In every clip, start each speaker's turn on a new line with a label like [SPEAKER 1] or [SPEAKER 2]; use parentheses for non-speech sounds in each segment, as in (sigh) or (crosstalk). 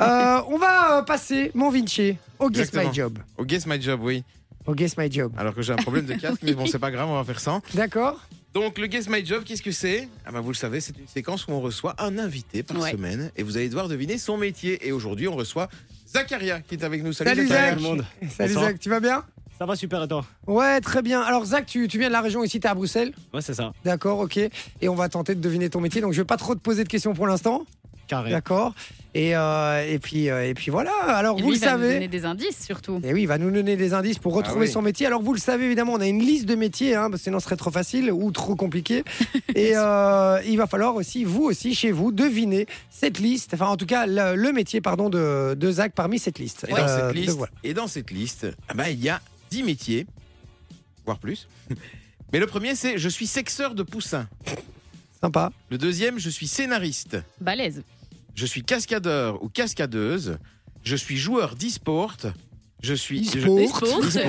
[SPEAKER 1] Euh, on va euh, passer, mon Vinci, au Guess
[SPEAKER 2] Exactement.
[SPEAKER 1] My Job.
[SPEAKER 2] Au Guess My Job, oui.
[SPEAKER 1] Au Guess My Job.
[SPEAKER 2] Alors que j'ai un problème de casque, mais bon, c'est pas grave, on va faire sans.
[SPEAKER 1] D'accord
[SPEAKER 2] Donc, le Guess My Job, qu'est-ce que c'est ah ben, Vous le savez, c'est une séquence où on reçoit un invité par
[SPEAKER 3] Ouais.
[SPEAKER 2] semaine et vous allez devoir deviner son métier. Et aujourd'hui, on reçoit Zacharia qui est avec nous. Salut,
[SPEAKER 1] Salut,
[SPEAKER 2] Zacharia.
[SPEAKER 1] Zach.
[SPEAKER 4] le monde.
[SPEAKER 1] Salut
[SPEAKER 4] Bonsoir.
[SPEAKER 1] Zach, tu vas bien
[SPEAKER 4] Ça va super et toi
[SPEAKER 1] Ouais, très bien. Alors Zach, tu, tu viens de la région ici, t'es à Bruxelles
[SPEAKER 4] Ouais, c'est ça.
[SPEAKER 1] D'accord, ok. Et on va tenter de deviner ton métier. Donc je vais pas trop te poser de questions pour l'instant.
[SPEAKER 4] Carré.
[SPEAKER 1] D'accord et, euh, et, puis, euh, et puis voilà. Alors
[SPEAKER 3] Et
[SPEAKER 1] vous
[SPEAKER 3] lui,
[SPEAKER 1] le
[SPEAKER 3] il va nous
[SPEAKER 1] savez.
[SPEAKER 3] donner des indices surtout.
[SPEAKER 1] Et oui, il va nous donner des indices pour retrouver
[SPEAKER 2] oui.
[SPEAKER 1] son métier. Alors, vous le savez, évidemment, on a une liste de métiers, hein, parce que sinon ce serait trop facile ou trop compliqué. Et euh, il va falloir aussi, vous aussi, chez vous, deviner cette liste, enfin, en tout cas, le, le métier, pardon, de, de Zach parmi cette liste.
[SPEAKER 2] Et, dans
[SPEAKER 1] Euh,
[SPEAKER 2] cette liste,
[SPEAKER 1] donc voilà.
[SPEAKER 2] et dans cette liste, ah ben, il y a 10 métiers, voire plus. (laughs) Mais le premier, c'est je suis sexeur de poussins.
[SPEAKER 1] Sympa.
[SPEAKER 2] Le deuxième, je suis scénariste.
[SPEAKER 3] Balèze.
[SPEAKER 2] Je suis cascadeur ou cascadeuse. Je suis joueur d'e-sport. Je suis. je-
[SPEAKER 1] E-sport.
[SPEAKER 3] Porte.
[SPEAKER 2] E-sport.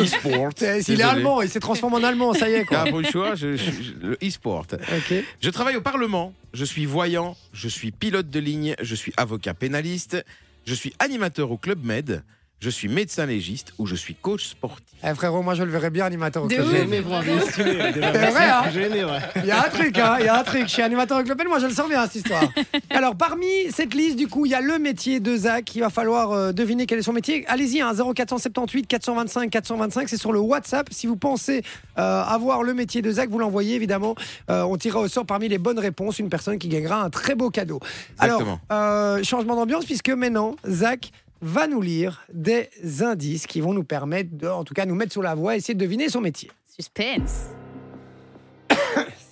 [SPEAKER 1] E-sport.
[SPEAKER 2] E-sport.
[SPEAKER 1] Eh, Il est
[SPEAKER 2] Désolé.
[SPEAKER 1] allemand, il s'est transformé en allemand, ça y est, quoi.
[SPEAKER 2] Ah, bon choix, je- je- je- le e-sport.
[SPEAKER 1] Ok.
[SPEAKER 2] Je travaille au Parlement. Je suis voyant. Je suis pilote de ligne. Je suis avocat pénaliste. Je suis animateur au Club Med. Je suis médecin légiste ou je suis coach sportif.
[SPEAKER 1] Eh, frérot, moi, je le verrais bien animateur au
[SPEAKER 3] De
[SPEAKER 1] club.
[SPEAKER 3] ouf.
[SPEAKER 1] Med.
[SPEAKER 4] Gêné, bro, mais stylé. déjà.
[SPEAKER 1] C'est vrai, hein
[SPEAKER 4] Gêné, ouais.
[SPEAKER 1] Il y a un truc, hein, il y a un truc. Je suis animateur avec Le Pen, moi je le sens bien cette histoire. Alors parmi cette liste, du coup, il y a le métier de Zach. Il va falloir euh, deviner quel est son métier. Allez-y, hein, 0478 425 425, c'est sur le WhatsApp. Si vous pensez euh, avoir le métier de Zach, vous l'envoyez évidemment. Euh, on tirera au sort parmi les bonnes réponses une personne qui gagnera un très beau cadeau.
[SPEAKER 2] Exactement.
[SPEAKER 1] Alors, euh, changement d'ambiance, puisque maintenant, Zach va nous lire des indices qui vont nous permettre, de, en tout cas, nous mettre sur la voie, essayer de deviner son métier.
[SPEAKER 3] Suspense.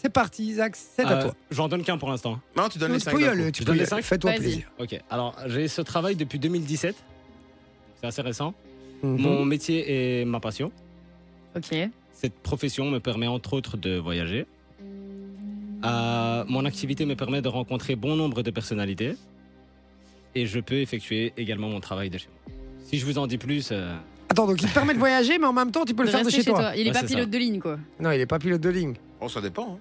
[SPEAKER 1] C'est parti, Zach, c'est à
[SPEAKER 4] Euh,
[SPEAKER 1] toi.
[SPEAKER 4] J'en donne qu'un pour l'instant.
[SPEAKER 2] Non, tu donnes les
[SPEAKER 1] Tu
[SPEAKER 2] 5
[SPEAKER 1] peux y aller, tu
[SPEAKER 4] Tu
[SPEAKER 1] peux
[SPEAKER 4] donnes
[SPEAKER 1] y
[SPEAKER 4] les
[SPEAKER 1] aller.
[SPEAKER 4] cinq
[SPEAKER 1] Fais-toi
[SPEAKER 3] Vas-y.
[SPEAKER 1] plaisir.
[SPEAKER 4] Ok, alors j'ai ce travail depuis 2017. C'est assez récent.
[SPEAKER 1] Mhm.
[SPEAKER 4] Mon métier est ma passion.
[SPEAKER 3] Ok.
[SPEAKER 4] Cette profession me permet entre autres de voyager. Euh, mon activité me permet de rencontrer bon nombre de personnalités. Et je peux effectuer également mon travail de chez moi. Si je vous en dis plus, euh,
[SPEAKER 1] Attends, donc il te permet de voyager, mais en même temps, tu peux le
[SPEAKER 3] De
[SPEAKER 1] faire de
[SPEAKER 3] rester
[SPEAKER 1] chez toi.
[SPEAKER 3] Il est
[SPEAKER 4] Ouais,
[SPEAKER 3] pas
[SPEAKER 4] c'est
[SPEAKER 3] pilote de ligne quoi.
[SPEAKER 1] Non, il n'est pas pilote de ligne.
[SPEAKER 2] Oh, ça dépend. hein.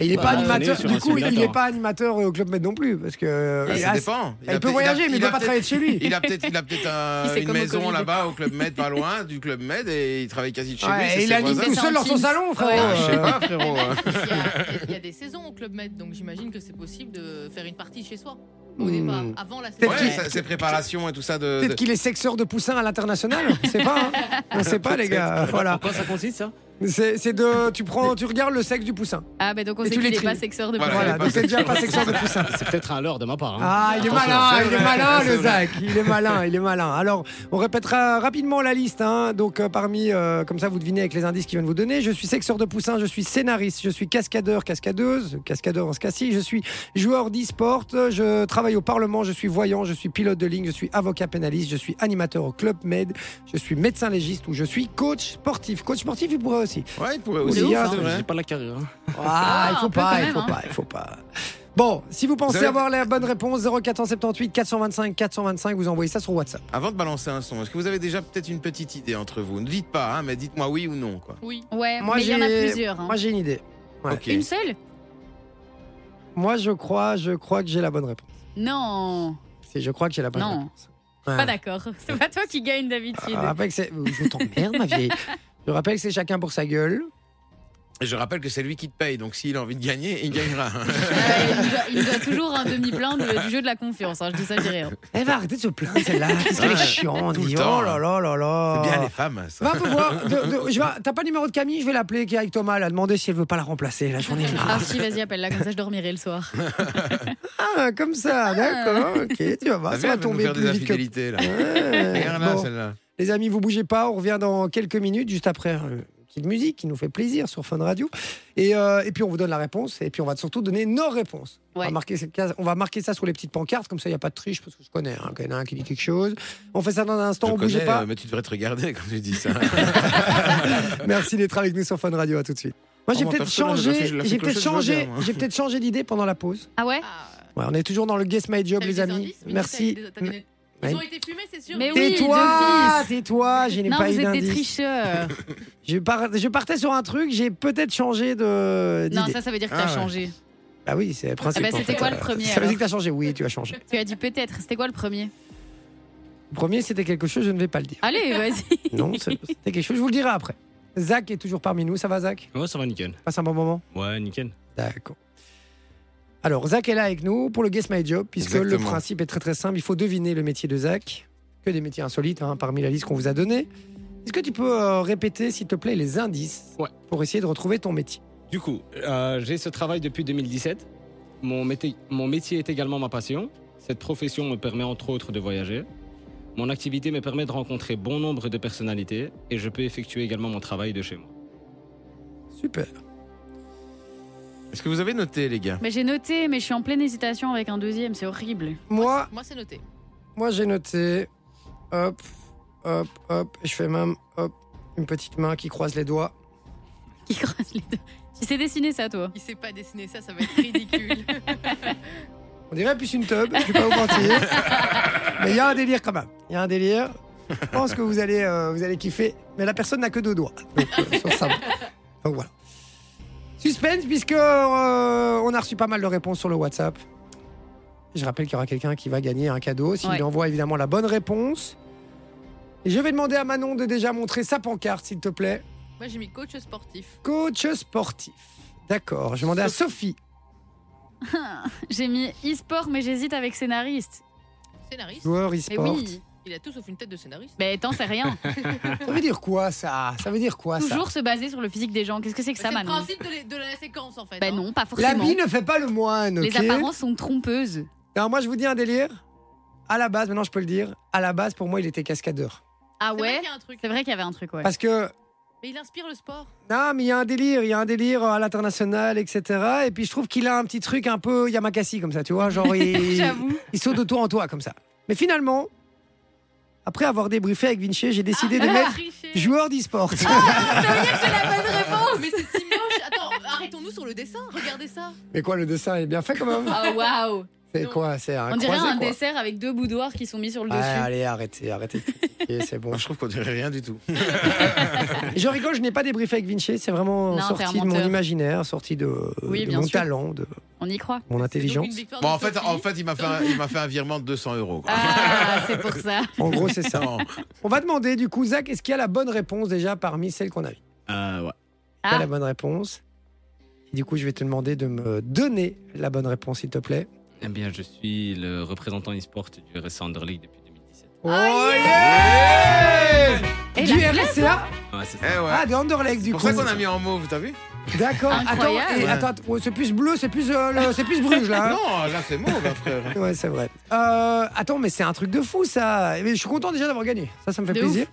[SPEAKER 1] Et il n'est
[SPEAKER 4] Bah,
[SPEAKER 1] pas
[SPEAKER 4] on est
[SPEAKER 1] animateur.
[SPEAKER 4] sur
[SPEAKER 1] Du
[SPEAKER 4] un
[SPEAKER 1] coup, il n'est
[SPEAKER 4] simulateur.
[SPEAKER 1] pas animateur au Club Med non plus. Parce que.
[SPEAKER 2] Ah,
[SPEAKER 1] il,
[SPEAKER 2] ça
[SPEAKER 1] a-
[SPEAKER 2] dépend.
[SPEAKER 1] Euh, il
[SPEAKER 2] a
[SPEAKER 1] peut
[SPEAKER 2] peut-être-
[SPEAKER 1] voyager, mais il ne peut pas
[SPEAKER 2] a peut-être-
[SPEAKER 1] travailler de chez lui.
[SPEAKER 2] Il a peut-être il a
[SPEAKER 1] (laughs)
[SPEAKER 2] peut-être un-
[SPEAKER 3] Il fait
[SPEAKER 2] une
[SPEAKER 3] comme au
[SPEAKER 2] maison
[SPEAKER 3] Covid.
[SPEAKER 2] là-bas au Club Med, pas loin du Club Med, et il travaille quasi de chez
[SPEAKER 1] Ouais,
[SPEAKER 2] lui.
[SPEAKER 1] et
[SPEAKER 2] c'est
[SPEAKER 1] il
[SPEAKER 2] ses
[SPEAKER 1] anime
[SPEAKER 2] voisins.
[SPEAKER 1] tout
[SPEAKER 3] C'est
[SPEAKER 1] seul
[SPEAKER 3] un
[SPEAKER 1] dans son
[SPEAKER 3] Teams.
[SPEAKER 1] salon, frérot.
[SPEAKER 3] Ouais.
[SPEAKER 2] Ah, je
[SPEAKER 1] Euh,
[SPEAKER 2] sais
[SPEAKER 1] (laughs)
[SPEAKER 2] pas, frérot. hein.
[SPEAKER 5] Il y, a, il y a des saisons au Club Med, donc j'imagine que c'est possible de faire une partie chez soi au
[SPEAKER 1] Hmm.
[SPEAKER 5] départ, avant la saison.
[SPEAKER 1] Peut-être
[SPEAKER 2] Ouais,
[SPEAKER 1] qu'il-
[SPEAKER 2] ça- ses préparations et tout ça de. de-
[SPEAKER 1] Peut-être qu'il est sexeur de poussins à l'international. On sait pas. hein. On sait pas, les gars. Voilà.
[SPEAKER 4] quoi ça consiste ça
[SPEAKER 1] C'est c'est de. Tu prends, tu regardes le sexe du poussin.
[SPEAKER 3] Ah bah donc on
[SPEAKER 1] Et
[SPEAKER 3] sait
[SPEAKER 1] tu
[SPEAKER 3] qu'il
[SPEAKER 1] les
[SPEAKER 3] est pas
[SPEAKER 1] tries.
[SPEAKER 3] sexeur de
[SPEAKER 2] Voilà,
[SPEAKER 3] poussin.
[SPEAKER 1] Voilà.
[SPEAKER 2] il est
[SPEAKER 1] Donc
[SPEAKER 2] pas
[SPEAKER 1] c'est déjà pas
[SPEAKER 2] sexeur
[SPEAKER 1] sexeur de poussin.
[SPEAKER 4] C'est peut-être un leurre de ma part. hein.
[SPEAKER 1] Ah, il est
[SPEAKER 4] Attention.
[SPEAKER 1] malin,
[SPEAKER 2] c'est
[SPEAKER 1] il est
[SPEAKER 2] vrai,
[SPEAKER 1] malin,
[SPEAKER 2] c'est
[SPEAKER 1] le
[SPEAKER 2] vrai.
[SPEAKER 1] Zach. Il est malin, il est malin. Alors, on répétera rapidement la liste. hein. Donc, euh, parmi, euh, comme ça, vous devinez avec les indices qu'ils viennent vous donner. Je suis sexeur de poussin, je suis scénariste, je suis cascadeur, cascadeuse, cascadeur en ce cas-ci. Je suis joueur d'e-sport, je travaille au Parlement, je suis voyant, je suis pilote de ligne, je suis avocat pénaliste, je suis animateur au Club Med, je suis médecin légiste ou je suis coach sportif. Coach sportif, il pourrait aussi.
[SPEAKER 2] Ouais, il pourrait
[SPEAKER 1] Ou
[SPEAKER 2] aussi.
[SPEAKER 1] il y a-
[SPEAKER 2] c'est vrai.
[SPEAKER 4] J'ai pas la carrière. hein.
[SPEAKER 1] Ah,
[SPEAKER 3] Ah,
[SPEAKER 1] il faut
[SPEAKER 3] un peu
[SPEAKER 1] pas,
[SPEAKER 3] quand
[SPEAKER 1] il
[SPEAKER 3] même,
[SPEAKER 1] faut
[SPEAKER 3] hein.
[SPEAKER 1] pas, il faut pas. Bon, si vous pensez
[SPEAKER 2] Vous avez-
[SPEAKER 1] avoir la bonne réponse, 0478 425 425, vous envoyez ça sur WhatsApp.
[SPEAKER 2] Avant de balancer un son, est-ce que vous avez déjà peut-être une petite idée entre vous Ne dites pas, hein, mais dites-moi oui ou non. Quoi.
[SPEAKER 5] Oui.
[SPEAKER 3] Ouais,
[SPEAKER 1] Moi,
[SPEAKER 3] mais il y en a
[SPEAKER 1] j'ai-
[SPEAKER 3] plusieurs. hein.
[SPEAKER 1] Moi, j'ai une idée. Ouais.
[SPEAKER 2] Ok.
[SPEAKER 3] Une seule
[SPEAKER 1] Moi, je crois, je crois que j'ai la bonne réponse.
[SPEAKER 3] Non.
[SPEAKER 1] Si, je crois que j'ai la bonne
[SPEAKER 3] Non.
[SPEAKER 1] réponse. Ouais.
[SPEAKER 3] Pas d'accord. (laughs) C'est pas toi qui gagne
[SPEAKER 1] Je
[SPEAKER 3] d'habitude.
[SPEAKER 1] rappelle que c'est. Je t'emmerde, ma vieille. Je rappelle que c'est chacun pour sa gueule.
[SPEAKER 2] Et je rappelle que c'est lui qui te paye, donc s'il a envie de gagner, il gagnera. hein.
[SPEAKER 3] Ah, il, nous doit, il nous doit toujours un demi-plein de- du jeu de la confiance. hein. Je dis ça, je dis rien.
[SPEAKER 1] Elle va arrêter Eh ben, de se plaindre,
[SPEAKER 3] (laughs)
[SPEAKER 1] celle-là. Qu'est-ce qu'elle est
[SPEAKER 2] Ouais.
[SPEAKER 1] chiante, on
[SPEAKER 2] Tout le
[SPEAKER 1] dit.
[SPEAKER 2] temps. hein.
[SPEAKER 1] Oh là là là là.
[SPEAKER 2] C'est bien les femmes, ça.
[SPEAKER 1] Va un peu voir. de- de- je vais- T'as pas le numéro de Camille Je vais l'appeler qui est avec Thomas. La demander si elle veut pas la remplacer. La
[SPEAKER 3] (laughs)
[SPEAKER 1] journée.
[SPEAKER 3] Ah si, vas-y, appelle-la, comme ça je dormirai le soir.
[SPEAKER 1] Ah, comme ça, d'accord, ok, tu vas voir,
[SPEAKER 2] T'as
[SPEAKER 1] ça va
[SPEAKER 2] vu, elle veut nous
[SPEAKER 1] tomber
[SPEAKER 2] faire
[SPEAKER 1] plus
[SPEAKER 2] des
[SPEAKER 1] vite que...
[SPEAKER 2] infidélités, là.
[SPEAKER 1] Ouais,
[SPEAKER 2] Regarde là,
[SPEAKER 1] bon.
[SPEAKER 2] celle-là.
[SPEAKER 1] Les amis, vous bougez pas, on revient dans quelques minutes, juste après euh, une petite musique qui nous fait plaisir sur Fun Radio. Et, euh, et puis on vous donne la réponse, et puis on va surtout donner nos réponses. On, va
[SPEAKER 3] Ouais.
[SPEAKER 1] marquer cette case- on va marquer ça sur les petites pancartes, comme ça il n'y a pas de triche, parce que je connais, hein, qu'il y en a un qui dit quelque chose. On fait ça dans un instant,
[SPEAKER 2] Je
[SPEAKER 1] on bougez
[SPEAKER 2] connais,
[SPEAKER 1] pas.
[SPEAKER 2] euh, (laughs) mais tu devrais te regarder quand tu dis ça.
[SPEAKER 1] Merci d'être avec nous sur Fun Radio, à tout de suite. Moi
[SPEAKER 2] Oh,
[SPEAKER 1] j'ai
[SPEAKER 2] moi,
[SPEAKER 1] peut-être
[SPEAKER 2] perso, là, je
[SPEAKER 1] changé,
[SPEAKER 2] la fais- je la fais
[SPEAKER 1] j'ai
[SPEAKER 2] clocher,
[SPEAKER 1] peut-être
[SPEAKER 2] je vois bien,
[SPEAKER 1] changé,
[SPEAKER 2] moi.
[SPEAKER 1] j'ai peut-être changé d'idée pendant la pause.
[SPEAKER 3] Ah ouais
[SPEAKER 5] Ah,
[SPEAKER 1] Ouais, on est toujours dans le Guess My Job,
[SPEAKER 5] t'as eu
[SPEAKER 1] les
[SPEAKER 5] des
[SPEAKER 1] amis.
[SPEAKER 5] indices, mais
[SPEAKER 1] Merci.
[SPEAKER 5] t'as eu des- t'as des-
[SPEAKER 1] Ouais.
[SPEAKER 5] Ils ont été fumés, c'est sûr.
[SPEAKER 3] Mais oui.
[SPEAKER 1] Tais-toi,
[SPEAKER 3] d'office.
[SPEAKER 1] tais-toi, Ah, je n'ai
[SPEAKER 3] Non,
[SPEAKER 1] pas
[SPEAKER 3] vous
[SPEAKER 1] eu
[SPEAKER 3] êtes des
[SPEAKER 1] d'indice.
[SPEAKER 3] tricheurs.
[SPEAKER 1] Je, par- je partais sur un truc, j'ai peut-être changé de.
[SPEAKER 3] non,
[SPEAKER 1] d'idée.
[SPEAKER 3] ça, ça veut dire que
[SPEAKER 2] Ah
[SPEAKER 3] t'as
[SPEAKER 2] ouais.
[SPEAKER 3] changé.
[SPEAKER 1] Ah oui, c'est le principe.
[SPEAKER 3] Ah bah,
[SPEAKER 1] en
[SPEAKER 3] c'était
[SPEAKER 1] fait.
[SPEAKER 3] quoi le premier,
[SPEAKER 1] Ça veut dire
[SPEAKER 3] alors
[SPEAKER 1] que t'as changé. Oui, tu as changé.
[SPEAKER 3] Tu as dit peut-être. C'était quoi le premier
[SPEAKER 1] Le premier, c'était quelque chose, je ne vais pas le
[SPEAKER 3] (laughs)
[SPEAKER 1] dire.
[SPEAKER 3] Allez,
[SPEAKER 1] (laughs)
[SPEAKER 3] vas-y.
[SPEAKER 1] Non, c'est- c'était quelque chose, je vous le dirai après. Zach est toujours parmi nous, ça va Zach
[SPEAKER 4] Ouais, ça va nickel.
[SPEAKER 1] Passe un bon moment
[SPEAKER 4] Ouais, nickel.
[SPEAKER 1] D'accord. Alors, Zach est là avec nous pour le Guess My Job, puisque le
[SPEAKER 2] Exactement.
[SPEAKER 1] principe est très très simple, il faut deviner le métier de Zach, que des métiers insolites hein, parmi la liste qu'on vous a donnée. Est-ce que tu peux euh, répéter, s'il te plaît, les indices
[SPEAKER 4] Ouais.
[SPEAKER 1] pour essayer de retrouver ton métier
[SPEAKER 4] Du coup, euh, j'ai ce travail depuis 2017. Mon, mété- mon métier est également ma passion. Cette profession me permet entre autres de voyager. Mon activité me permet de rencontrer bon nombre de personnalités et je peux effectuer également mon travail de chez moi.
[SPEAKER 1] Super.
[SPEAKER 2] Est-ce que vous avez noté, les gars
[SPEAKER 3] Mais j'ai noté, mais je suis en pleine hésitation avec un deuxième. C'est horrible.
[SPEAKER 1] Moi,
[SPEAKER 5] Moi, c'est noté.
[SPEAKER 1] moi j'ai noté, hop, hop, hop, je fais même, hop, une petite main qui croise les doigts.
[SPEAKER 3] Qui croise les deux. Tu sais dessiner ça, toi (laughs)
[SPEAKER 5] Il sait pas dessiner ça, ça va être
[SPEAKER 1] (laughs)
[SPEAKER 5] ridicule.
[SPEAKER 1] On dirait plus une teub, je vais pas vous mentir. Mais il y a un délire quand même. Il y a un délire. Je pense que vous allez, euh, vous allez kiffer. Mais la personne n'a que deux doigts. Donc, euh, sur sa main. Donc voilà. Suspense, puisque euh, on a reçu pas mal de réponses sur le WhatsApp. Je rappelle qu'il y aura quelqu'un qui va gagner un cadeau s'il
[SPEAKER 3] Ouais.
[SPEAKER 1] envoie évidemment la bonne réponse. Et je vais demander à Manon de déjà montrer sa pancarte, s'il te plaît.
[SPEAKER 5] Moi, j'ai mis coach sportif.
[SPEAKER 1] Coach sportif. D'accord. Je vais demander à Sophie.
[SPEAKER 3] J'ai mis e-sport, mais j'hésite avec scénariste.
[SPEAKER 5] Scénariste.
[SPEAKER 1] Joueur
[SPEAKER 3] Mais
[SPEAKER 1] e-sport.
[SPEAKER 3] oui.
[SPEAKER 5] Il a tout sauf une tête de scénariste.
[SPEAKER 3] Mais t'en sais
[SPEAKER 1] (laughs)
[SPEAKER 3] rien.
[SPEAKER 1] Ça veut dire quoi ça Ça veut dire quoi ça
[SPEAKER 3] Toujours se baser sur le physique des gens. Qu'est-ce que c'est que
[SPEAKER 5] C'est
[SPEAKER 3] ça,
[SPEAKER 5] le
[SPEAKER 3] Manon
[SPEAKER 5] principe de, les- de la séquence, en fait.
[SPEAKER 3] Ben
[SPEAKER 5] hein.
[SPEAKER 3] non, pas
[SPEAKER 1] L'habit
[SPEAKER 3] forcément.
[SPEAKER 1] ne fait pas le moine, ok
[SPEAKER 3] Les apparences sont trompeuses.
[SPEAKER 1] Alors moi, je vous dis un délire. À la base, maintenant je peux le dire, à la base, pour moi, il était cascadeur.
[SPEAKER 3] Ah
[SPEAKER 5] C'est vrai
[SPEAKER 3] ouais
[SPEAKER 5] qu'il y a un truc.
[SPEAKER 3] C'est vrai qu'il y avait un truc, ouais.
[SPEAKER 1] Parce que,
[SPEAKER 5] Mais il inspire le sport.
[SPEAKER 1] non, mais il y a un délire, il y a un délire à l'international, etc. Et puis je trouve qu'il a un petit truc un peu Yamakasi, comme ça, tu vois, genre il,
[SPEAKER 3] (laughs) J'avoue.
[SPEAKER 1] (laughs) il saute de toi en toi, comme ça. Mais finalement, après avoir débriefé avec Vinci, j'ai
[SPEAKER 5] Ah,
[SPEAKER 1] décidé de
[SPEAKER 3] Ah.
[SPEAKER 1] mettre
[SPEAKER 3] (laughs)
[SPEAKER 5] triché.
[SPEAKER 1] joueur d'e-sport.
[SPEAKER 5] C'est la bonne réponse. Ah, Mais c'est si moche. Attends, arrêtons-nous sur le dessin. Regardez ça.
[SPEAKER 1] mais quoi, le dessin est bien fait quand même
[SPEAKER 3] Ah waouh
[SPEAKER 1] C'est
[SPEAKER 5] Non.
[SPEAKER 1] quoi C'est un
[SPEAKER 3] On dirait
[SPEAKER 1] croisé,
[SPEAKER 3] un
[SPEAKER 1] quoi.
[SPEAKER 3] dessert avec deux boudoirs qui sont mis sur le
[SPEAKER 1] Ouais,
[SPEAKER 3] dessus.
[SPEAKER 1] allez, arrêtez, arrêtez. de critiquer, c'est bon.
[SPEAKER 2] Moi, Je trouve qu'on dirait rien du tout.
[SPEAKER 1] (laughs) Je rigole, je n'ai pas débriefé avec Vinci, c'est vraiment
[SPEAKER 3] Non, t'es un
[SPEAKER 1] sorti de mon
[SPEAKER 3] menteur.
[SPEAKER 1] imaginaire, sorti de,
[SPEAKER 3] Oui,
[SPEAKER 1] de
[SPEAKER 3] bien
[SPEAKER 1] mon
[SPEAKER 3] sûr.
[SPEAKER 1] talent, de
[SPEAKER 3] On y croit.
[SPEAKER 1] mon
[SPEAKER 5] C'est donc
[SPEAKER 1] intelligence.
[SPEAKER 5] une victoire
[SPEAKER 2] Bon,
[SPEAKER 5] de
[SPEAKER 2] en fait,
[SPEAKER 5] Sophie.
[SPEAKER 2] en fait, il m'a fait, un- il m'a fait un virement de 200 euros. quoi.
[SPEAKER 3] Ah, c'est pour ça.
[SPEAKER 1] En gros,
[SPEAKER 3] Ah.
[SPEAKER 1] c'est
[SPEAKER 3] (laughs)
[SPEAKER 1] ça.
[SPEAKER 2] Non.
[SPEAKER 1] On va demander du coup, Zach, est-ce qu'il y a la bonne réponse déjà parmi celles qu'on a eues
[SPEAKER 4] Euh, ouais.
[SPEAKER 1] T'as
[SPEAKER 3] Ah.
[SPEAKER 1] la bonne réponse. Et du coup, je vais te demander de me donner la bonne réponse, s'il te plaît.
[SPEAKER 4] Eh bien, je suis le représentant e-sport du RSA Underleague depuis 2017.
[SPEAKER 1] Oh
[SPEAKER 2] Yeah
[SPEAKER 3] Et
[SPEAKER 1] Du
[SPEAKER 3] la classe, hein?
[SPEAKER 1] RSA
[SPEAKER 4] Ouais, c'est
[SPEAKER 2] Eh
[SPEAKER 4] ça.
[SPEAKER 2] ouais.
[SPEAKER 1] Ah, de Anderlecht,
[SPEAKER 2] C'est
[SPEAKER 1] du
[SPEAKER 2] pour
[SPEAKER 1] coup.
[SPEAKER 2] ça qu'on a mis en mauve, t'as vu
[SPEAKER 1] D'accord. Attends,
[SPEAKER 3] Incroyable.
[SPEAKER 1] et- attends, att- ouais, c'est plus bleu, c'est plus, euh, le- c'est plus bruges, là. hein.
[SPEAKER 2] Non, là c'est mauve, hein, frère.
[SPEAKER 1] (laughs) Ouais, c'est vrai. Euh, attends, mais c'est un truc de fou, ça. Et Je suis content déjà d'avoir gagné. Ça, ça me fait
[SPEAKER 3] De
[SPEAKER 1] plaisir.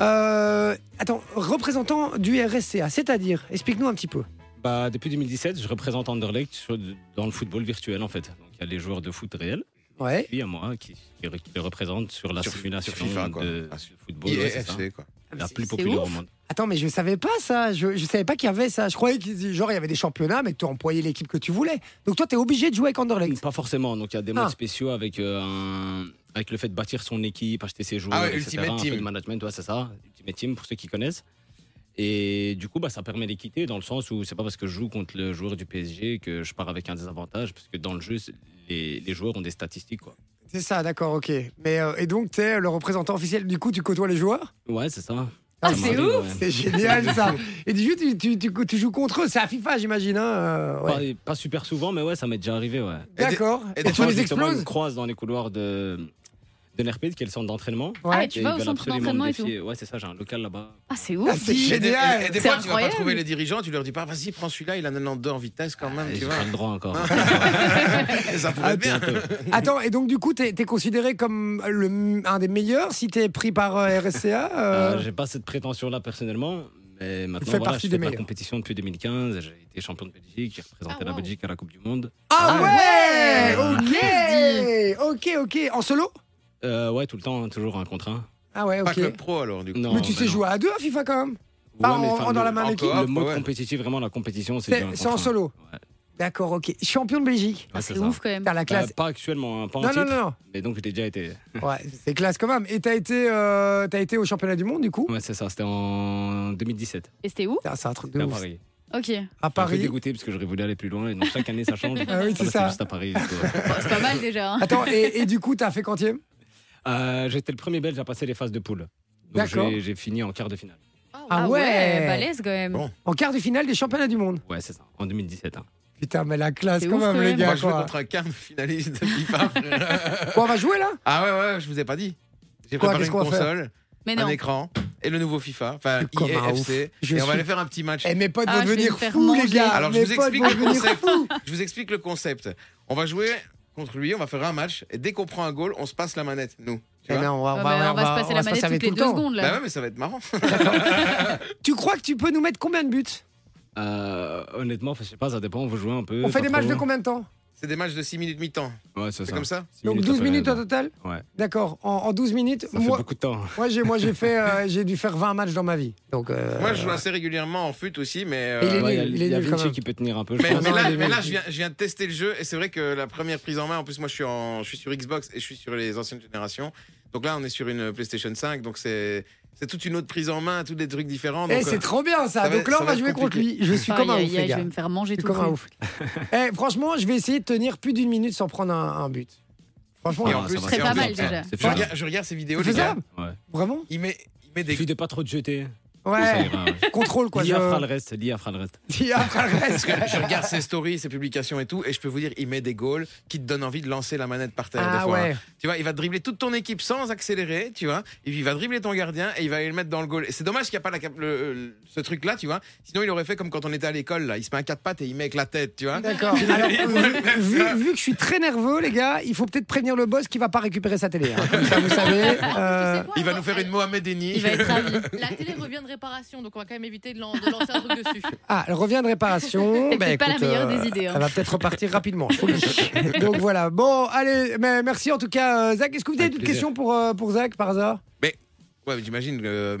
[SPEAKER 1] Euh, attends, représentant du RSCA, c'est-à-dire, explique-nous un petit peu.
[SPEAKER 4] Bah, depuis 2017, je représente Underleague sur- dans le football virtuel en fait. Donc, il y a les joueurs de foot réels,
[SPEAKER 1] Ouais.
[SPEAKER 4] puis il y a moi qui, qui re- qui le représente sur la
[SPEAKER 2] Sur-
[SPEAKER 4] simulation
[SPEAKER 2] sur FIFA, quoi.
[SPEAKER 4] de
[SPEAKER 2] Ah, sur
[SPEAKER 4] football. ouais, c'est ça.
[SPEAKER 2] IFC, quoi.
[SPEAKER 4] La plus
[SPEAKER 3] C'est
[SPEAKER 4] populaire au
[SPEAKER 3] ouf.
[SPEAKER 4] monde.
[SPEAKER 1] Attends, mais je savais pas ça. Je, je savais pas qu'il y avait ça. Je croyais qu'il genre, il y avait des championnats, mais tu employais l'équipe que tu voulais. Donc toi, tu es obligé de jouer avec Anderlecht.
[SPEAKER 4] Pas forcément. Donc il y a des
[SPEAKER 1] Ah.
[SPEAKER 4] modes spéciaux avec, euh, un- avec le fait de bâtir son équipe, acheter ses joueurs,
[SPEAKER 2] Ah ouais,
[SPEAKER 4] etc.,
[SPEAKER 2] Ultimate
[SPEAKER 4] un peu
[SPEAKER 2] Team.
[SPEAKER 4] de management, ouais, c'est ça. Ultimate Team pour ceux qui connaissent. Et du coup, bah, ça permet d'équité dans le sens où c'est pas parce que je joue contre le joueur du PSG que je pars avec un désavantage, parce que dans le jeu, c'est- les, les joueurs ont des statistiques. Quoi.
[SPEAKER 1] C'est ça, d'accord, ok. Mais euh, et donc, tu es le représentant officiel. Du coup, tu côtoies les joueurs.
[SPEAKER 4] Ouais, c'est ça.
[SPEAKER 1] Ah,
[SPEAKER 4] Ça
[SPEAKER 1] c'est
[SPEAKER 4] m'arrive,
[SPEAKER 3] ouf
[SPEAKER 4] ouais.
[SPEAKER 1] (laughs) C'est génial ça. Et du coup, tu, tu, tu- tu joues contre eux. C'est à FIFA, j'imagine. hein, euh, ouais.
[SPEAKER 4] Pas, pas super souvent, mais ouais, ça m'est déjà arrivé. Ouais.
[SPEAKER 2] Et des-
[SPEAKER 1] D'accord.
[SPEAKER 2] et
[SPEAKER 1] Et,
[SPEAKER 2] des
[SPEAKER 1] tu
[SPEAKER 2] fois,
[SPEAKER 1] les
[SPEAKER 4] Justement, ils me
[SPEAKER 1] exploses.
[SPEAKER 4] croisent dans les couloirs de, de l'ERPID, qui est le centre d'entraînement.
[SPEAKER 3] Ah,
[SPEAKER 1] Ouais.
[SPEAKER 3] et tu vas au
[SPEAKER 4] ils veulent
[SPEAKER 3] centre
[SPEAKER 4] absolument me
[SPEAKER 3] d'entraînement et tout.
[SPEAKER 4] défier. Ouais, c'est ça, j'ai un local là-bas.
[SPEAKER 3] Ah, c'est
[SPEAKER 1] Ah, (laughs)
[SPEAKER 3] ouf.
[SPEAKER 1] c'est
[SPEAKER 2] Et des-
[SPEAKER 1] génial.
[SPEAKER 2] Et des
[SPEAKER 3] C'est
[SPEAKER 2] fois, tu vas pas
[SPEAKER 3] incroyable.
[SPEAKER 2] trouver les dirigeants, tu leur dis pas, vas-y, prends celui-là, il en a 92 en vitesse quand même,
[SPEAKER 4] Et
[SPEAKER 2] tu
[SPEAKER 4] J'ai
[SPEAKER 2] vois.
[SPEAKER 4] pas le
[SPEAKER 1] (laughs)
[SPEAKER 4] droit encore. Euh,
[SPEAKER 2] Et ça
[SPEAKER 4] (laughs)
[SPEAKER 2] pourrait
[SPEAKER 1] Ah,
[SPEAKER 2] être bien.
[SPEAKER 4] Bientôt.
[SPEAKER 1] Attends, et donc du coup, t'es es considéré comme le, un des meilleurs si t'es pris par euh, RSCA euh,
[SPEAKER 4] Euh, j'ai pas cette prétention-là personnellement, mais maintenant
[SPEAKER 1] fais
[SPEAKER 4] voilà,
[SPEAKER 1] partie
[SPEAKER 4] je
[SPEAKER 1] des
[SPEAKER 4] fais de la
[SPEAKER 1] meilleurs.
[SPEAKER 4] compétition depuis 2015. J'ai été champion de Belgique, j'ai représenté
[SPEAKER 5] Ah,
[SPEAKER 4] la
[SPEAKER 5] wow.
[SPEAKER 4] Belgique à la Coupe du Monde.
[SPEAKER 1] Ah
[SPEAKER 3] Ah
[SPEAKER 1] ouais,
[SPEAKER 3] ouais.
[SPEAKER 1] Ok, ok, ok. En solo
[SPEAKER 4] Euh, ouais, tout le temps, hein, toujours un contre un.
[SPEAKER 1] Ah ouais,
[SPEAKER 2] Pas
[SPEAKER 1] ok.
[SPEAKER 2] que le pro alors, du coup.
[SPEAKER 4] Non,
[SPEAKER 1] Mais tu
[SPEAKER 4] bah
[SPEAKER 1] sais
[SPEAKER 4] non.
[SPEAKER 1] jouer à deux à FIFA quand même
[SPEAKER 4] Ouais,
[SPEAKER 1] Pas
[SPEAKER 4] mais
[SPEAKER 1] en-
[SPEAKER 4] enfin,
[SPEAKER 1] en dans
[SPEAKER 4] le-
[SPEAKER 1] la main
[SPEAKER 2] en
[SPEAKER 1] d'équipe Bah,
[SPEAKER 2] coop.
[SPEAKER 4] Le mot
[SPEAKER 2] Ouais.
[SPEAKER 4] compétitif, vraiment, la compétition, c'est
[SPEAKER 1] C'est-
[SPEAKER 4] du un
[SPEAKER 1] c'est
[SPEAKER 4] contre
[SPEAKER 1] en
[SPEAKER 4] un.
[SPEAKER 1] solo.
[SPEAKER 4] Ouais, ouais,
[SPEAKER 1] D'accord, ok. Champion de Belgique.
[SPEAKER 3] Ah,
[SPEAKER 4] c'est
[SPEAKER 3] c'est
[SPEAKER 4] ça.
[SPEAKER 3] ouf quand même.
[SPEAKER 1] T'as la
[SPEAKER 4] Bah,
[SPEAKER 1] classe.
[SPEAKER 4] pas actuellement, hein, pas en
[SPEAKER 1] non, non,
[SPEAKER 4] titre,
[SPEAKER 1] non,
[SPEAKER 4] mais donc j'ai déjà été.
[SPEAKER 1] non. Ouais, c'est classe quand même. Et t'as été, euh, t'as été au championnat du monde du coup
[SPEAKER 4] Ouais, c'est ça, c'était en 2017.
[SPEAKER 3] Et c'était où
[SPEAKER 1] Putain, C'est un truc de
[SPEAKER 4] à
[SPEAKER 1] ouf.
[SPEAKER 4] Paris.
[SPEAKER 3] Ok.
[SPEAKER 1] à
[SPEAKER 4] Je suis un peu
[SPEAKER 1] Paris.
[SPEAKER 4] dégoûté parce que j'aurais voulu aller plus loin et donc chaque année
[SPEAKER 1] (laughs)
[SPEAKER 4] ça change.
[SPEAKER 1] Ah oui, c'est
[SPEAKER 4] Là,
[SPEAKER 1] ça.
[SPEAKER 4] juste à Paris. du coup.
[SPEAKER 1] (laughs)
[SPEAKER 3] Bon, c'est pas mal déjà. hein.
[SPEAKER 1] Attends, et, et du coup, t'as fait quantième
[SPEAKER 4] Euh, J'étais le premier Belge à passer les phases de poule. Donc
[SPEAKER 1] D'accord.
[SPEAKER 4] j'ai j'ai fini en quart de finale.
[SPEAKER 1] Ah ouais.
[SPEAKER 3] Balèze quand même.
[SPEAKER 2] Bon.
[SPEAKER 1] En quart de finale des championnats du monde.
[SPEAKER 4] Ouais, c'est ça, en 2017. hein.
[SPEAKER 1] Putain, mais la classe
[SPEAKER 3] C'est
[SPEAKER 1] quand
[SPEAKER 3] ouf,
[SPEAKER 1] même,
[SPEAKER 3] quand
[SPEAKER 1] les
[SPEAKER 3] même.
[SPEAKER 1] gars.
[SPEAKER 2] Moi, je joue
[SPEAKER 1] quoi.
[SPEAKER 2] contre un quart de finaliste de FIFA. (laughs) frère.
[SPEAKER 1] Bon, on va jouer là
[SPEAKER 2] ah ouais, ouais, je vous ai pas dit. J'ai
[SPEAKER 1] Quoi,
[SPEAKER 2] préparé
[SPEAKER 1] qu'est-ce
[SPEAKER 2] une
[SPEAKER 1] qu'on va faire
[SPEAKER 2] console,
[SPEAKER 3] Mais
[SPEAKER 2] un
[SPEAKER 3] non.
[SPEAKER 2] écran et le nouveau FIFA, enfin E
[SPEAKER 1] Je suis comme un
[SPEAKER 2] IEFC. Et
[SPEAKER 1] Je
[SPEAKER 2] on va
[SPEAKER 1] suis-
[SPEAKER 2] aller faire un petit match.
[SPEAKER 1] Eh, mes potes vont
[SPEAKER 3] Ah, je vais
[SPEAKER 1] devenir
[SPEAKER 3] me faire
[SPEAKER 1] fous, les
[SPEAKER 3] manger.
[SPEAKER 1] gars.
[SPEAKER 2] Alors, je
[SPEAKER 1] mes
[SPEAKER 2] vous
[SPEAKER 1] potes
[SPEAKER 2] explique
[SPEAKER 1] vont
[SPEAKER 2] le
[SPEAKER 1] devenir
[SPEAKER 2] concept.
[SPEAKER 1] fous.
[SPEAKER 2] Je vous explique le concept. On va jouer contre lui, on va faire un match et dès qu'on prend un goal, on se passe la manette, nous. Tu
[SPEAKER 1] Eh
[SPEAKER 2] vois
[SPEAKER 1] non, on va,
[SPEAKER 3] Ah,
[SPEAKER 1] on
[SPEAKER 3] bah,
[SPEAKER 1] va-
[SPEAKER 3] on va se passer la manette
[SPEAKER 1] avec
[SPEAKER 3] toutes les
[SPEAKER 1] tout
[SPEAKER 3] deux
[SPEAKER 1] le temps.
[SPEAKER 3] secondes
[SPEAKER 2] bah
[SPEAKER 3] là.
[SPEAKER 2] ouais, mais ça va être marrant. (laughs)
[SPEAKER 1] Tu crois que tu peux nous mettre combien de buts
[SPEAKER 4] Euh, honnêtement, je sais pas, ça dépend, on veut jouer un peu.
[SPEAKER 1] On fait
[SPEAKER 4] pas
[SPEAKER 1] des
[SPEAKER 4] trop.
[SPEAKER 1] matchs de combien de temps
[SPEAKER 2] C'est des matchs de 6 minutes mi-temps.
[SPEAKER 4] Ouais, c'est
[SPEAKER 2] C'est
[SPEAKER 4] ça.
[SPEAKER 2] comme ça
[SPEAKER 4] Six
[SPEAKER 1] Donc 12
[SPEAKER 4] après,
[SPEAKER 1] minutes au
[SPEAKER 4] là.
[SPEAKER 1] total
[SPEAKER 4] Ouais.
[SPEAKER 1] D'accord, en, en 12 minutes.
[SPEAKER 4] Ça fait
[SPEAKER 1] moi,
[SPEAKER 4] beaucoup de temps.
[SPEAKER 1] moi, j'ai, moi, j'ai, fait, euh, j'ai dû faire 20 matchs dans ma vie. Donc, euh,
[SPEAKER 2] Moi, je joue assez régulièrement en fut aussi, mais. euh,
[SPEAKER 1] Et les- Il est
[SPEAKER 4] Ouais,
[SPEAKER 1] nul,
[SPEAKER 4] y
[SPEAKER 1] il
[SPEAKER 4] a,
[SPEAKER 1] est
[SPEAKER 4] y a
[SPEAKER 1] nul, quand
[SPEAKER 4] Vinci
[SPEAKER 1] même.
[SPEAKER 4] qui peut tenir un peu, je
[SPEAKER 2] Mais,
[SPEAKER 4] pense.
[SPEAKER 2] mais
[SPEAKER 1] non,
[SPEAKER 2] là,
[SPEAKER 1] les-
[SPEAKER 2] mais là, je, viens, je viens de tester le jeu et c'est vrai que la première prise en main, en plus moi je suis, en, je suis sur Xbox et je suis sur les anciennes générations. Donc là on est sur une PlayStation 5, donc c'est c'est toute une autre prise en main, tous des trucs différents.
[SPEAKER 1] eh,
[SPEAKER 2] donc,
[SPEAKER 1] c'est
[SPEAKER 2] euh,
[SPEAKER 1] trop bien ça.
[SPEAKER 2] ça va-
[SPEAKER 1] donc là,
[SPEAKER 2] ça
[SPEAKER 1] on
[SPEAKER 2] va
[SPEAKER 1] va
[SPEAKER 2] être
[SPEAKER 1] jouer contre lui. Je suis
[SPEAKER 3] Aïe,
[SPEAKER 1] comme un
[SPEAKER 3] aïe,
[SPEAKER 1] ouf, les
[SPEAKER 3] aïe, je
[SPEAKER 1] gars.
[SPEAKER 3] vais me faire manger
[SPEAKER 1] Je suis
[SPEAKER 3] tout
[SPEAKER 1] comme un
[SPEAKER 3] le
[SPEAKER 1] ouf. Eh, franchement, je vais essayer de tenir plus d'une minute sans prendre un, un but. Franchement,
[SPEAKER 2] Et en
[SPEAKER 4] Ah,
[SPEAKER 2] plus,
[SPEAKER 4] ça va,
[SPEAKER 2] c'est
[SPEAKER 4] ça
[SPEAKER 2] pas
[SPEAKER 4] va,
[SPEAKER 2] mal,
[SPEAKER 4] ça va.
[SPEAKER 3] déjà.
[SPEAKER 4] C'est
[SPEAKER 2] je,
[SPEAKER 4] faisable.
[SPEAKER 2] regarde, je regarde ces vidéos,
[SPEAKER 1] c'est
[SPEAKER 2] les gars.
[SPEAKER 1] faisable
[SPEAKER 4] Ouais.
[SPEAKER 1] Vraiment
[SPEAKER 2] Il met, il met
[SPEAKER 4] Il
[SPEAKER 2] des.
[SPEAKER 4] suffit de pas trop te jeter. Ça
[SPEAKER 1] Ouais.
[SPEAKER 4] ira, ouais.
[SPEAKER 1] Contrôle quoi.
[SPEAKER 4] L'IA
[SPEAKER 1] je-
[SPEAKER 4] fera le reste, l'IA fera le reste.
[SPEAKER 1] Dis après le reste.
[SPEAKER 2] Je regarde ses stories, ses publications et tout, et je peux vous dire, il met des goals qui te donnent envie de lancer la manette par terre. des
[SPEAKER 1] Ah
[SPEAKER 2] fois, hein.
[SPEAKER 1] ouais.
[SPEAKER 2] Tu vois, il va dribbler toute ton équipe sans accélérer, tu vois. Et puis il va dribbler ton gardien et il va aller le mettre dans le goal. Et c'est dommage qu'il n'y a pas la cap- le- le- ce truc-là, tu vois. Sinon, il aurait fait comme quand on était à l'école, là. Il se met à quatre pattes et il met avec la tête, tu vois.
[SPEAKER 1] D'accord. Alors, vu, vu- vu que je suis très nerveux, les gars, il faut peut-être prévenir le boss qui va pas récupérer sa télé. hein. Comme ça, vous savez. euh,
[SPEAKER 2] Il va nous faire une Mohamed
[SPEAKER 3] Il va être ravi.
[SPEAKER 5] La télé revient de réparation, donc on va quand même éviter de, lan- de lancer
[SPEAKER 2] (laughs)
[SPEAKER 5] un truc dessus.
[SPEAKER 1] Ah, elle revient de réparation.
[SPEAKER 3] C'est
[SPEAKER 1] Ben,
[SPEAKER 3] peut-être pas la
[SPEAKER 1] écoute,
[SPEAKER 3] meilleure des idées, hein.
[SPEAKER 1] Elle va peut-être repartir rapidement. je vous le dis. Donc voilà. Bon, allez, mais merci en tout cas, euh, Zach. Est-ce que vous avez
[SPEAKER 4] Avec
[SPEAKER 1] d'autres
[SPEAKER 4] plaisir.
[SPEAKER 1] questions pour, euh, pour Zach par hasard
[SPEAKER 2] Ouais, mais j'imagine. euh,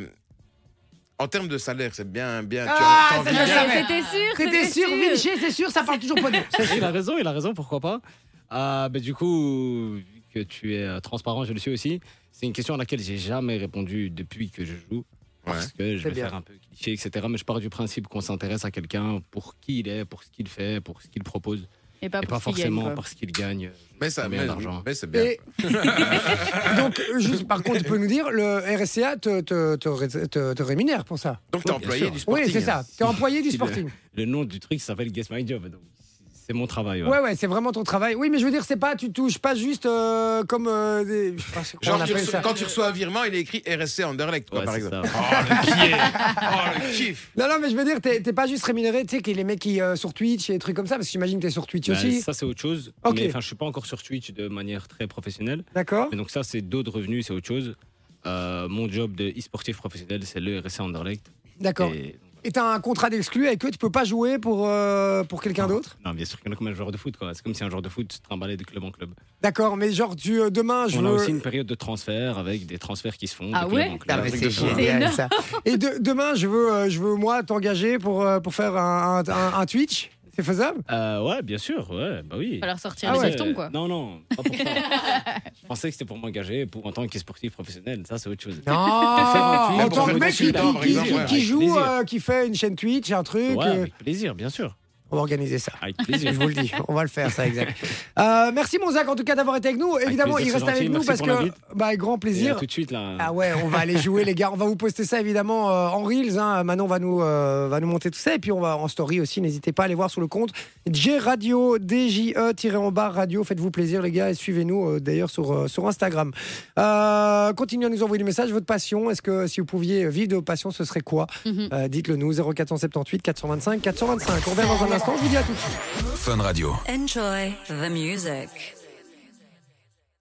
[SPEAKER 2] en termes de salaire, c'est bien, bien.
[SPEAKER 1] Ah,
[SPEAKER 2] t'as envie
[SPEAKER 1] ça,
[SPEAKER 2] bien-
[SPEAKER 1] ça,
[SPEAKER 3] C'était sûr.
[SPEAKER 1] (laughs) C'était sûr, Vinci, c'est sûr, ça parle toujours pas de nous. C'est
[SPEAKER 4] Il
[SPEAKER 1] sûr.
[SPEAKER 4] a raison, il a raison, pourquoi pas. Ah, ben, du coup, vu que tu es euh, transparent, je le suis aussi, c'est une question à laquelle j'ai jamais répondu depuis que je joue. Parce que je
[SPEAKER 1] C'est
[SPEAKER 4] vais
[SPEAKER 1] bien.
[SPEAKER 4] faire un peu cliché, etc. Mais je pars du principe qu'on s'intéresse à quelqu'un pour qui il est, pour ce qu'il fait, pour ce qu'il propose.
[SPEAKER 3] Et pas
[SPEAKER 4] et pas
[SPEAKER 3] pour ce qu'il
[SPEAKER 4] forcément
[SPEAKER 3] gagne. quoi.
[SPEAKER 4] parce qu'il gagne.
[SPEAKER 2] Mais ça,
[SPEAKER 4] Combien
[SPEAKER 2] mais,
[SPEAKER 4] d'argent
[SPEAKER 2] mais c'est bien.
[SPEAKER 1] Et- Donc, juste par contre, tu peux nous dire, le RSCA te, te, te, ré- te- te rémunère pour ça.
[SPEAKER 2] Donc t'es
[SPEAKER 4] Oui, bien
[SPEAKER 2] employé
[SPEAKER 4] sûr.
[SPEAKER 2] du sporting.
[SPEAKER 1] Oui, c'est ça. Tu es employé du
[SPEAKER 4] Si le-
[SPEAKER 1] sporting.
[SPEAKER 4] Le nom du truc s'appelle Guess My Job. Donc c'est mon travail. ouais.
[SPEAKER 1] Ouais, ouais, c'est vraiment ton travail. Oui, mais je veux dire, c'est pas, tu touches pas juste euh, comme euh, des. je sais pas, c'est quoi
[SPEAKER 2] Genre,
[SPEAKER 1] on
[SPEAKER 2] tu
[SPEAKER 1] appelle
[SPEAKER 2] reçois-
[SPEAKER 1] ça.
[SPEAKER 2] quand tu reçois un virement, il est écrit RSC Underlect, quoi,
[SPEAKER 4] Ouais,
[SPEAKER 2] par
[SPEAKER 4] c'est
[SPEAKER 2] exemple.
[SPEAKER 4] ça.
[SPEAKER 2] Oh, le pied Oh, le kiff
[SPEAKER 1] Non, non, mais je veux dire, t'es t'es pas juste rémunéré, tu sais, qu'il y a les mecs qui euh, sur Twitch et des trucs comme ça, parce que j'imagine que t'es sur Twitch
[SPEAKER 4] Bah,
[SPEAKER 1] aussi.
[SPEAKER 4] ça, c'est autre chose.
[SPEAKER 1] Ok.
[SPEAKER 4] Mais enfin, je suis pas encore sur Twitch de manière très professionnelle.
[SPEAKER 1] D'accord
[SPEAKER 4] Mais donc, ça, c'est d'autres revenus, c'est autre chose. Euh, mon job de e-sportif professionnel, c'est le RSA Underlect.
[SPEAKER 1] D'accord.
[SPEAKER 4] Et-
[SPEAKER 1] Et t'as un contrat d'exclu avec eux, tu peux pas jouer pour, euh, pour quelqu'un d'autre
[SPEAKER 4] Non, bien sûr qu'il y en a comme un joueur de foot. quoi. C'est comme si un joueur de foot se trimballait de club en club.
[SPEAKER 1] D'accord, mais genre, tu, euh, demain, je
[SPEAKER 4] On
[SPEAKER 1] veux.
[SPEAKER 4] a aussi une période de transfert avec des transferts qui se font. de
[SPEAKER 3] Ah
[SPEAKER 4] club
[SPEAKER 3] ouais
[SPEAKER 4] en club.
[SPEAKER 1] Ah,
[SPEAKER 2] Un
[SPEAKER 1] mais
[SPEAKER 2] truc
[SPEAKER 1] c'est
[SPEAKER 2] de fou, hein.
[SPEAKER 1] génial,
[SPEAKER 3] C'est énorme.
[SPEAKER 1] ça. Et de- demain, je veux, euh, je veux moi t'engager pour, euh, pour faire un, un- un- un Twitch. C'est faisable
[SPEAKER 4] Euh, ouais, bien sûr. Ouais, bah oui.
[SPEAKER 3] Il va leur sortir
[SPEAKER 1] Ah
[SPEAKER 3] les
[SPEAKER 1] ouais.
[SPEAKER 3] jetons quoi.
[SPEAKER 4] Non, non,
[SPEAKER 3] (laughs)
[SPEAKER 4] pas pour ça. je pensais que c'était pour m'engager pour en tant que sportif professionnel. Ça, c'est autre chose.
[SPEAKER 1] Non
[SPEAKER 4] Twitch,
[SPEAKER 1] En
[SPEAKER 4] pour
[SPEAKER 1] tant que
[SPEAKER 4] faire
[SPEAKER 1] mec qui,
[SPEAKER 4] du consultant,
[SPEAKER 1] qui-
[SPEAKER 4] par
[SPEAKER 1] qui-
[SPEAKER 4] exemple,
[SPEAKER 1] qui-
[SPEAKER 4] ouais.
[SPEAKER 1] qui
[SPEAKER 4] Avec
[SPEAKER 1] joue,
[SPEAKER 4] plaisir.
[SPEAKER 1] euh, qui fait une chaîne Twitch, un truc.
[SPEAKER 4] Ouais,
[SPEAKER 1] euh,
[SPEAKER 4] avec plaisir, bien sûr.
[SPEAKER 1] On va organiser ça.
[SPEAKER 4] Avec
[SPEAKER 1] Je
[SPEAKER 4] plaisir.
[SPEAKER 1] vous le dis, on va le faire, ça, exact. Euh, merci, mon Zach, en tout cas, d'avoir été avec nous. Évidemment,
[SPEAKER 4] plaisir,
[SPEAKER 1] il
[SPEAKER 4] c'est
[SPEAKER 1] reste
[SPEAKER 4] gentil,
[SPEAKER 1] avec nous
[SPEAKER 4] merci
[SPEAKER 1] parce
[SPEAKER 4] pour
[SPEAKER 1] que.
[SPEAKER 4] l'invite.
[SPEAKER 1] Bah, avec grand
[SPEAKER 4] Et à
[SPEAKER 1] plaisir.
[SPEAKER 4] tout de suite, là.
[SPEAKER 1] Ah ouais, on va aller jouer les gars, on va vous poster ça évidemment euh, en reels, hein. Manon va nous, euh, va nous monter tout ça et puis on va en story aussi, n'hésitez pas à aller voir sur le compte J Radio, DJE-en-bas radio, faites-vous plaisir les gars et suivez-nous euh, d'ailleurs sur, euh, sur Instagram. Euh, continuez à nous envoyer des messages, votre passion, est-ce que si vous pouviez vivre de vos passions, ce serait quoi
[SPEAKER 3] Mhm.
[SPEAKER 1] Euh, Dites-le nous, 0478 425 425. On revient dans un instant, je vous dis à tout de suite.
[SPEAKER 6] Fun Radio.
[SPEAKER 7] Enjoy the music.